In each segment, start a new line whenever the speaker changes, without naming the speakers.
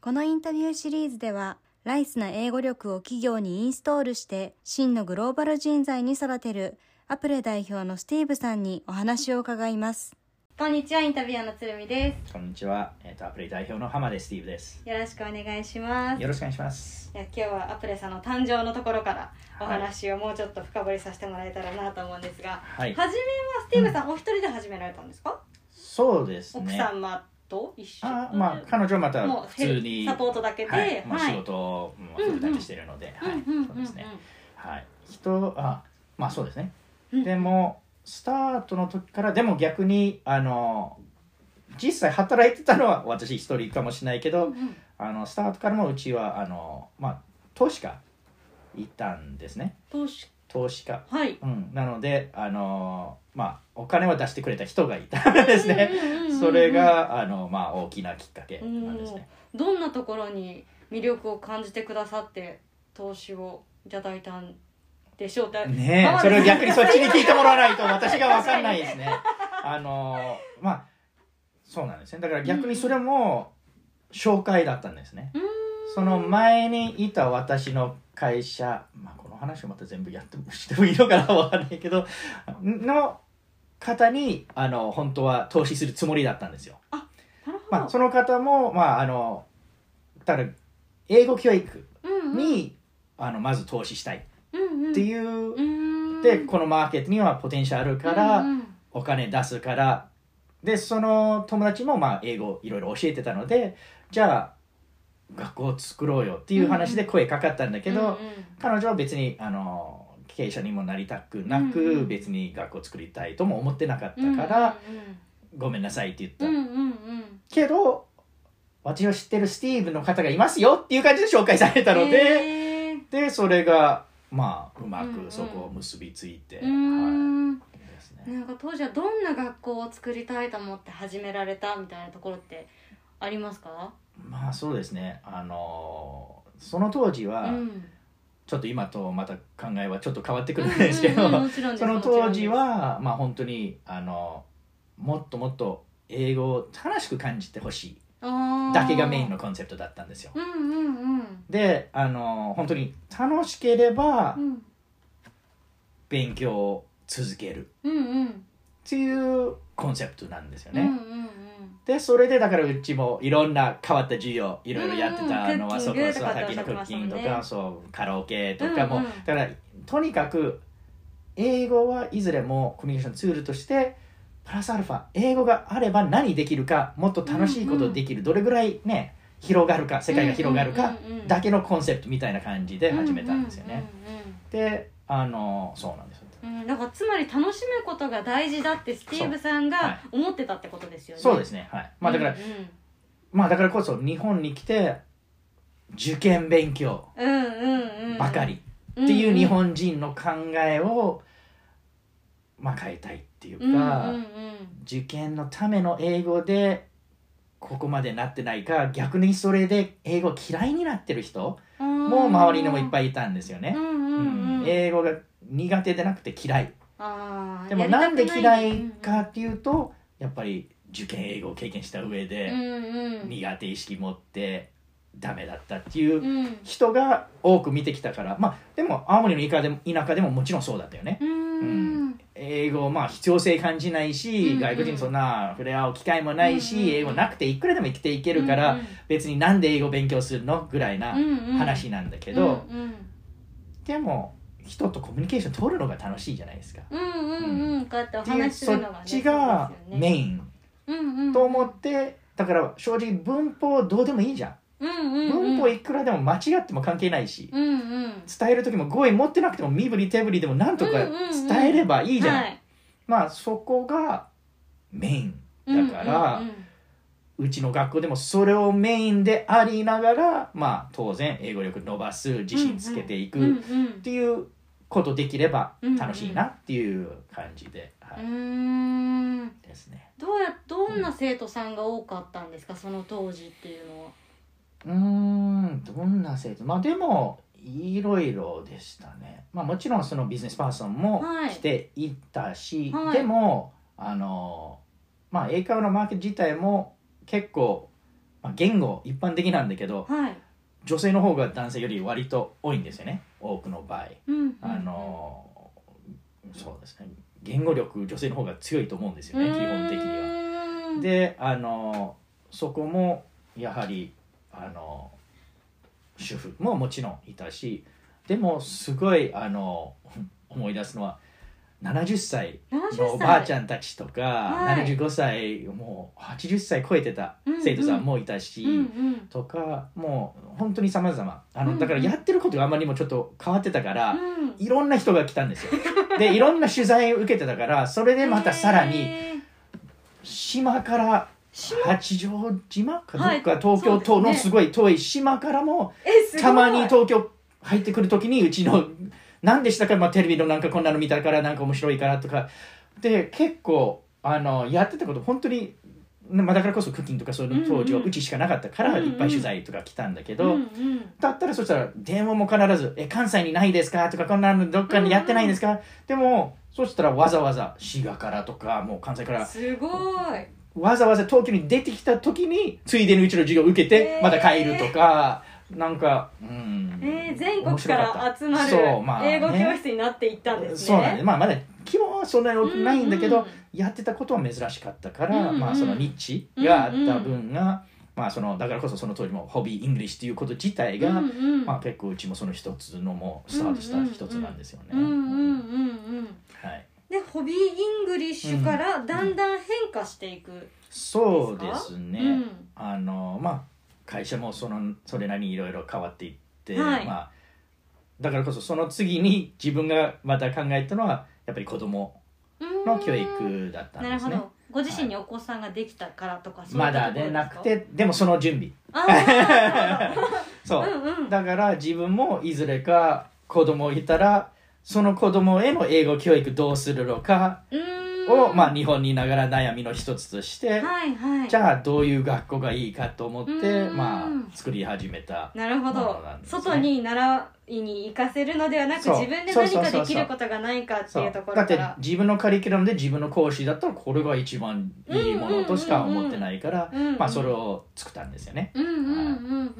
このインタビューシリーズでは、ライスな英語力を企業にインストールして、真のグローバル人材に育てる、アプレ代表のスティーブさんにお話を伺います。こんにちは、インタビュアーの鶴見で
こんにちは、えー、とアプリ代表の浜ですスティーブです。
す。よろしくお願いします。い
よろしくお願いします。
や今日はアプレさんの誕生のところからお話をもうちょっと深掘りさせてもらえたらなと思うんですが、
はい、
初めはスティーブさん、お一人で始められたんですか、
そうです
奥
ね。
様と一緒
あまあ、彼女はまた
もう
普通に
サポートだけで、
はいまあ、
はい
仕事をもうフルタイムしているので、
うん
はい、
うんうんうん
そうですね。はい、人あまあそうですね。
うん
でもスタートの時からでも逆にあの実際働いてたのは私一人かもしれないけ
う
ど
ん、うん
あのスタートからもうちはあのまあ投資家いたんですね。
投資
投資家。
はい
うん、なので、あのーまあ、お金は出してくれた人がいたですね、
うんうんうんうん
それが、あのまあ、大きなきっかけなんですね、
どんなところに魅力を感じてくださって投資をいただいたんでしょうって、
ね
あ
えそれを逆にそっちに聞いてもらわないと私が分かんな いですねあのーまあそうなんですねだから逆にそれも紹介だったんですね、
うーん
その前にいた私の会社、まあ、この話をまた全部やってもしてもいいのかなわかんないけどの方にあの本当は投資するつもりだったんですよ
なるほど、
まあ、その方も、まあ、あのただ英語教育
うんうん、
に、あのまず投資したい
うんうん、
って
う
いう、
ーん
でこのマーケットにはポテンシャルあるから、
うんうん
お金出すからでその友達も、まあ、英語いろいろ教えてたのでじゃあ学校を作ろうよっていう話で声かかったんだけど、
うんうん
彼女は別にあの経営者にもなりたくなく、
うんうん
別に学校を作りたいとも思ってなかったから、ごめんなさいって言った
うんうんうんうん
けど私を知ってるスティーブの方がいますよっていう感じで紹介されたので、
へー
でそれがまあうま
うんうん
くそこを結びついて、
うーん
はいですね
なんか当時はどんな学校を作りたいと思って始められたみたいなところってありますか
まあそうですねあのーその当時
う
は、
ん
ちょっと今とまた考えはちょっと変わってくるんですけど、
うんうんうんもちろんです
その当時はまあ本当にあのもっともっと英語を楽しく感じてほしいだけがメインのコンセプトだったんですよ。
うんうんうん
であのー本当に楽しければ、
うん
勉強を続ける
うんうん
っていうコンセプトなんですよね。
うんうん
でそれでだからうちもいろんな変わった授業いろいろやってたのは、
うんうん
そこ
クッキング
そ
とか
うさっきの
って
ク
おっしゃってま
ッ
した
キ
もん
ン
ね
グとか、そうカラオケとかも、
うんうん
だからとにかく英語はいずれもコミュニケーションツールとしてプラスアルファ英語があれば何できるかもっと楽しいことできる、どれぐらいね広がるか世界が広がるか
うんうんうんうん
だけのコンセプトみたいな感じで始めたんですよね。
うんうんうんうん
であのそうなんですよ
うん、だからつまり楽しむことが大事だってスティーブさんが思ってたってことですよね。
そうですねはいまあだから、
う
まあだからこそ日本に来て受験勉強
んうん、うんうんうん
ばかり
っ
っていう日本人の考えをまあ変えたいっていうか
うんうん
受験のための英語でここまでなってないか逆にそれで英語嫌いになってる人
うん、
も周りにもいっ
い、
ぱいいたんですよ
う
ね。
んう
うん
うん
ん英語が苦手でなくて嫌い
あー
でもなんで嫌
やり
い
たくな
かっていうとやっぱり受験英語を経験した上で
うんうん
苦手意識持ってダメだったっていう
うん
人が多く見てきたからまあでも青森の田舎でも田舎でももちろんそうだったよね
うん
英語まあ必要性感じないし、
うんうん
外国人そんな触れ合う機会もないし、
うんうん
英語なくていくらでも生きていけるから、別になんで英語勉強するのぐらいな話なんだけ
け
ど、
うんうん
でも人とコミュニケーション取るのが楽しいじゃないですか。
うんうんうんこうやってお
っていう
話しす
そ
る
っ
のがね
ちがメイン
ン
と思ってだから正直文法どうでもいいじゃん。文法いくらでも間違っても関係ないし、
うんうん
伝える時も語彙持ってなくても身振り手振りでもなんとか伝えればいいじゃん、
はい
まあそこがメインだから、う
うんうんうん
ちの学校でもそれをメインでありながらまあ当然英語力伸ばす自信つけていく
うんう
っ
ん
ていうことできれば楽しいなっていう感じで、
う
は
ーん
い、ですね
どうやどんな生徒さんが多かったんですかその当時っていうのは
うーんどんな生徒まあでもいろいろでしたねまあもちろんそのビジネスパーソンも
はい
来ていたし、
はい
でもあのまあ英会話のマーケット自体も結構まあ、言語一般的なんだけど
はい。
女性の方が男性より割と多いんですよね多くの場合
うんうん。
あのそうですね言語力女性の方が強いと思うんですよ
う
ね
ーん、
基本的には。
は
であのそこもやはりあの主婦ももちろんいたしでもすごいあの思い出すのは70歳
70歳
のおばあちゃんたちとか、
はい
75歳もう80歳超えてた
うんうん
生徒さんもいたし、
うんうん。
とかもう本当に様々あの、
うんうん
だからやってることがあまりにもちょっと変わってたから、
うん
いろんな人が来たんですよでいろんな取材を受けてたからそれでまたさらに
へー
島から
島
八丈島かどっか、
はい
東
そ
京都
うです
の
ね
すごい遠い島からも、
えすごい
たまに東京入ってくるときにうちの何でしたか、まあ、テレビのなんかこんなの見たからなんか面白いからとかで結構あのやってたこと本当に、ねまあ、だからこそクッキングとかそういうの当時は
うんうん
うちしかなかったから
うんうん
いっぱい取材とか来たんだけど、
うんうん
だったらそしたら電話も必ず「え関西にないですか?」とか「こんなのどっかにやってないんですかでもそしたらわざわざ滋賀からとかもう関西から
すごい
わざわざ東京に出てきた時についでにうちの授業を受けて
えー
また帰るとか、なんか、うん
えー、全国
面白
か
った
ら集まる
そうまあね
英語教室になっていったんですね。
そうなんですまあまだ規模はそんなに多くないんだけど、
うう
やってたことは珍しかったから、
うんうん
まあ、そのニッチがあった分が、まあ、そのだからこそその当時もホビーイングリッシュということ自体が、
うんうん
まあ、結構うちもその一つのもうスタートした一つなんですよね。
うんうんうんうん。
はい
でホビーイングリッシュからだんだん変化していく。
そうですね、
うん
あのまあ会社もそのそれなりにいろいろ変わっていって、
はい
まあ、だからこそその次に自分がまた考えたのはやっぱり子供の教育だったん
な
で
る
す
ほ
ね。
ど。ご自身にお子さんができたからとか、そうい
ま
うところ
だ
です
で
か
なく。てでもその準備
あーなるほ
そ
ど
う、
うんうん。
だから自分もいずれか子供いたらその子供への英語教育どうするのか
うーん
を、まあ、日本にいながら悩みの一つとして、
はいはい。
じゃあどういう学校がいいかと思って
うん
まあ作り始めた
なるほ
もの
ど、
なんですね
外に習いに行かせるのではなく
そう
自分で
そう
何
そう
か
そうそう
できることがないかって
そ
いう
う
とこ
だ
ろか
って
ら
自分のカリキュラムで自分の講師だったらこれが一番いいものとしか思ってないから
うんうんうんうん
まあそれを作ったんですよね
うんうんうんう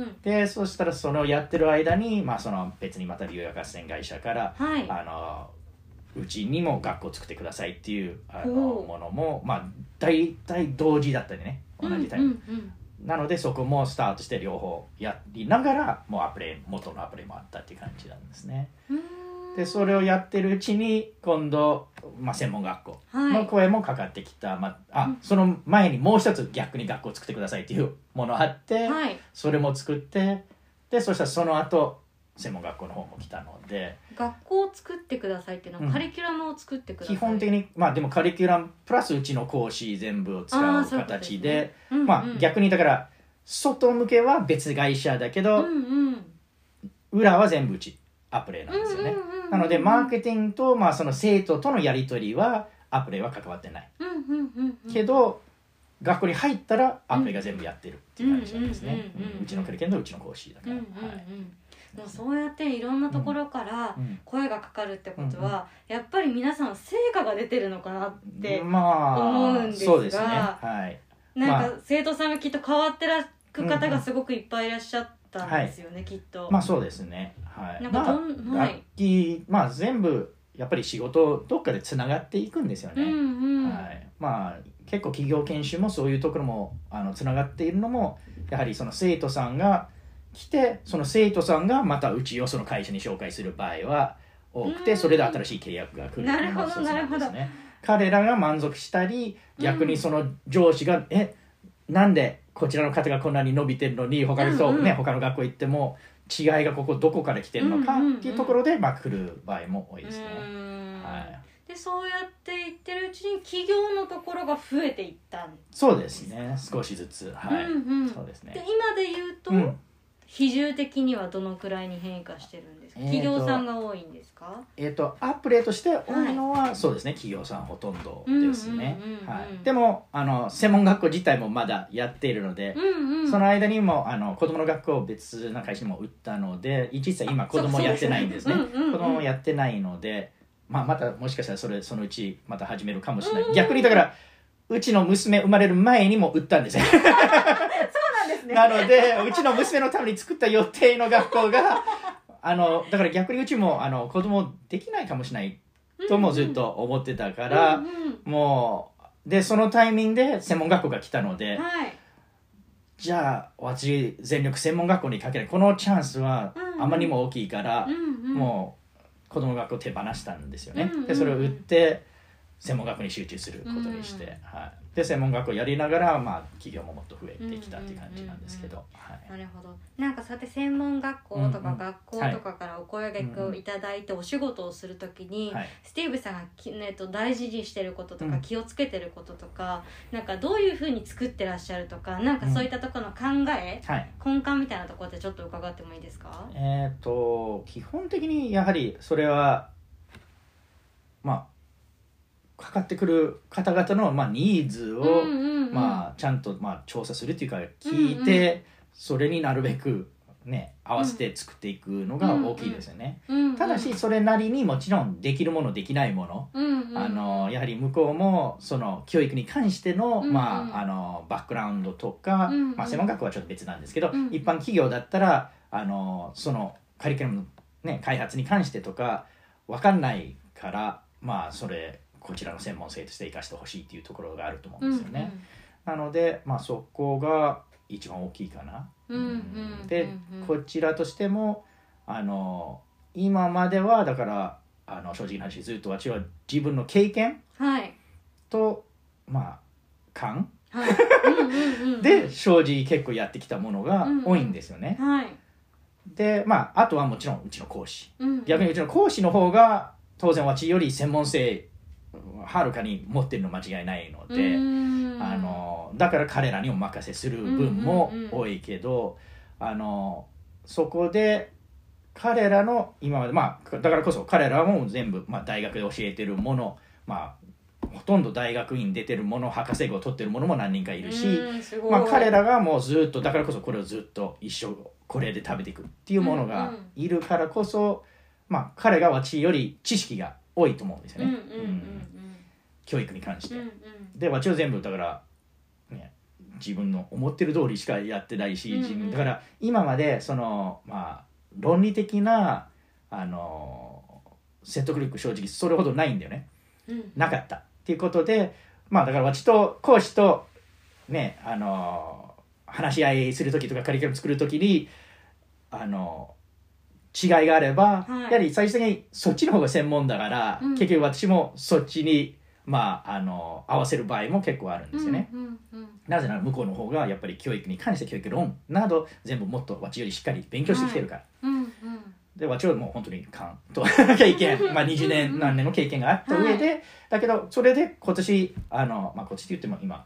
ん
でそしたらそれをやってる間にまあその別にまた留学斡旋会社から
はい
あのうちにも学校作ってくださいっていうあの
ほう
ものもまあ大体同時だったりね同じタイミング
うんうんうん
なのでそこもスタートして両方やりながらもうアプリ元のアプリもあったっていう感じなんですね。
うーん
でそれをやってるうちに今度、まあ、専門学校
は
の
い
声もかかってきた、まあ、あその前にもう一つ逆に学校を作ってくださいっていうものあって、
はい
それも作ってでそしたらその後専門学校の方も来たので
学校を作ってくださいっていうの
うん
はカリキュラムを作ってください
基本的
に
にまあでもカリキュラムプラスうちの講師全部を使う形でまあ、逆にだから外向けは別会社だけど、
うんうん
裏は全部うちアプレなんですよね、
うんうんうん
なのでマーケティングと、まあ、その生徒とのやり取りはアプレは関わってない
うんうんうんうん
けど、学校に入ったらアプレが全部やってるっていう感じなんですね、
うんうんうんうん
うちのカリキュラムとうちの講師だか
うんう
ら、
んうん
はい
でもそうやっていろんなところから
うん
声がかかるってことはやっぱり皆さん成果が出てるのかなって
まあ
思うんですが
そうですねはい
な
ま
ん
あ
か生徒さんがきっと変わってらっく方がすごくいっぱいいらっしゃったんですよね、きっと。
まあそうですねはい
なんかどん
ま
は
あ、
い
楽器まあ全部やっぱり仕事どっかでつながっていくんですよ
う
ね、
んうん、
はい、まあ結構企業研修もそういうところもあのつながっているのもやはりその生徒さんが来てその生徒さんがまたうちをその会社に紹介する場合は多く
う
て
ん
それで新しい契約が来る
なるほど
のも一つんです
な
ね彼らが満足したり逆にその上司が、えなんでこちらの方がこんなに伸びてるのに他の人、
うんうん
ね他の学校行っても違いがここどこから来てるのか
うんうんうん
っていうところで、まあ、来る場合も多いですね。
うん
はい、
でそうやって言ってるうちに企業のところが増えていったんで,、
そうですね少しずつはい、
うんうん、で
そうですね。
今で言うと、
うん
比重的にはどのくらいに変化してるんですか、
えーと
企業さんが多いんですか
えー、とアプレとして多いのは、そうですね企業さんほとんどですね
うんうんうんうん
はいでもあの専門学校自体もまだやっているので
う、んうん
その間にもあの子供の学校を別の会社にも売ったので一切今子供やってないんですね
そうそうですねうんうんうん
子供やってないので、まあ、またもしかしたらそれそのうちまた始める かもしれない、逆にだからうちの娘生まれる前にも売ったんですよ
そうなん
ですね。
なのでうちの娘のために作った予定の学校が あのだから逆にうちもあの子供できないかもしれないともずっと思ってた
う
か
ん
ら、
うんうん
もうでそのタイミングで専門学校が来たので、
はい。
じゃあ私全力専門学校にかけるこのチャンスは
うん
あまりにも大きいから
う、んうん。
もう子供学校手放したんですよね、
うんうん
でそれを売って専門学校に集中することにして、
うん
はい、で専門学校やりながら、まあ、企業ももっと増えてきたっていう感じなんですけど、はい
なるほどなんかそうやって専門学校と
うんう
か
ん
学校とかからお声掛けをいただいてお仕事をするときに、
はい
スティーブさんがき、えっと、大事にしてることとか
うん
気をつけてることとか、なんかどういうふうに作ってらっしゃるとかなんかそういったところの考え、
はい
根幹みたいなところでちょっと伺ってもいいですか
えっ、と基本的にやはりそれはまあかかってくる方々の、まあ、ニーズを、
うんうんうん
まあ、ちゃんと、まあ、調査するっていうか聞いて、それになるべく、ね、合わせて作っていくのが大きいですよね、
うんうん
ただし、それなりにもちろんできるものできないもの、
うんうん
あのやはり向こうもその教育に関しての,、
うんうん
まあ、あのバックグラウンドとか、
うんうん
まあ、専門学校はちょっと別なんですけど、
うん
一般企業だったらあのそのカリキュラムの、ね、開発に関してとか分かんないから、まあ、それこちらの専門性として生かしてほしいっていうところがあると思うんですよね。なので、まあ、そこが一番大きいかな。
うんうんうん
で
うんうん
こちらとしてもあの今まではだからあの正直な話ずっと私は自分の経験
はい
とまあ勘
はいうんうんうん
で障子結構やってきたものが
うん
多いんですよね。
はい
でまああとはもちろんうちの講師
うん
逆にうちの講師の方が当然私より専門性はるかに持ってるの間違いないので、
うん
あのだから彼らにお任せする分も多いけど、あのそこで彼らの今までまあだからこそ彼らも全部、まあ、大学で教えてるものまあほとんど大学院出てるもの博士号取ってるものも何人かいるし、
うんすごい
まあ、彼らがもうずっとだからこそこれをずっと一生これで食べていくっていうもの
うん
が
うん
いるからこそ、まあ、彼が私より知識が多いと思うんです
うん
よ
う
ね、
んうん
うん教育に関して。
うんうん
で私は全部だから、ね、自分の思ってる通りしかやってないし、
うんうん
自分だから今までそのまあ論理的なあの説得力正直それほどないんだよね
うん
なかったっていうことでまあだから私と講師とねあの話し合いする時とかカリキュラム作る時にあの違いがあれば、
はい
やはり最終的にそっちの方が専門だから、
うん
結局私もそっちに、まあ、あの合わせる場合も結構あるんですよね。
うんうん
なぜなら向こうの方がやっぱり教育に関して教育論など全部もっと私よりしっかり勉強してきてるから、
うんうんうん
で私はもう本当に勘と 経験、まあ、20
うんう
年
ん
何年の経験があった上で、だけどそれで今年あの、まあ、今年って言っても今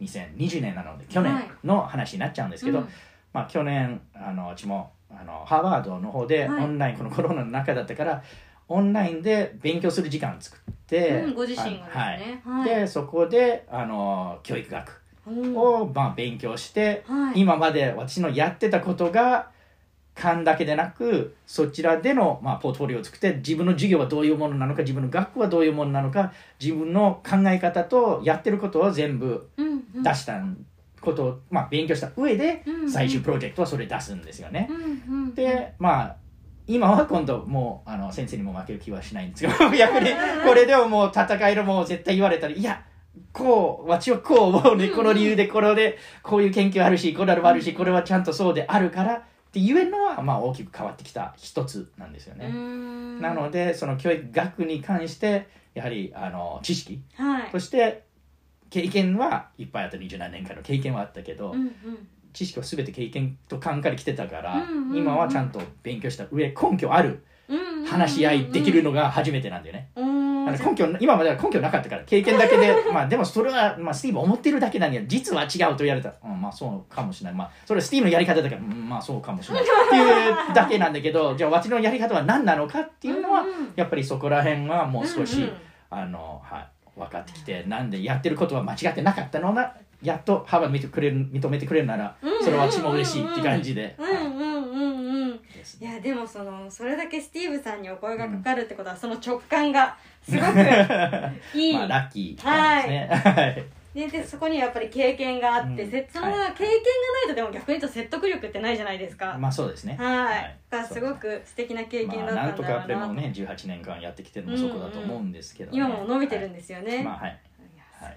2020年なので去
は
年
い
の話になっちゃうんですけど、
うん
まあ、去年あのうちもあのハーバードの方で
はい
オンライン、このコロナの中だったからオンラインで勉強する時間作って、
うんご自身がです
あの
ね
はい
はい
でそこであの教育学
うん
を、まあ、勉強して、
はい
今まで私のやってたことが勘だけでなくそちらでの、まあ、ポートフォリオを作って自分の授業はどういうものなのか自分の学校はどういうものなのか自分の考え方とやってることを全部
うんうん
出したことを、まあ、勉強した上で
うんうん
最終プロジェクトはそれ出すんですよね。
うんうんうん
でまあ今は今度もうあの先生にも負ける気はしないんですけど 逆にこれでももう戦えるもう絶対言われたらいやこう私はこう思うねこの理由でこれでこういう研究あるしこれもあるしこれはちゃんとそうであるからって言えるのはまあ大きく変わってきた一つなんですよ
う
ね。
ん
なのでその教育学に関してやはりあの知識
はい
そして経験はいっぱいあった20何年間の経験はあったけど、
うんうん
知識は全て経験と勘から来てたから、
うんうんうん
今はちゃんと勉強した上根拠ある
うんうん
話し合いできるのが初めてなんだよね、
うん
だから根拠今までは根拠なかったから経験だ けでまあでもそれは、まあ、スティーブ思ってるだけなんや実は違うと言われたら、うん、まあそうかもしれないまあそれはスティーブのやり方だから、うん、まあそうかもしれないっていうだけなんだけどじゃあ私のやり方は何なのかっていうのは、
うんうん
やっぱりそこら辺はもう少し、
うんうん
あの、はい、分かってきてなんでやってることは間違ってなかったのなやっと幅見てくれる認めてくれるなら
うんうんうん
それは私も嬉しいって感じで、
う
はい
んうんうんうん
です
い
ね
やでもそのそれだけスティーブさんにお声がかかるってことは、その直感がすごくいい、
まあラッキーなんですね。はい
ででそこにやっぱり経験があって、
うん
せその
はいはい
経験がないとでも逆に言うと説得力ってないじゃないですか、
まあそうですね。
はい、だから
そう
すごく素敵な経験だ
まあ、な
っ
ん
た
と
んだ
か
ろう
で
な、
もね、18年間やってきてるのもそこだと思うんですけど、ね
今も伸びてるん
で
ですよね、
まあはい。
いや
はい、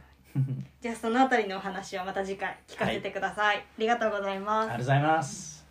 じゃあそのあたりのお話はまた次回聞かせてください、ありがとうございます
ありがとうございます。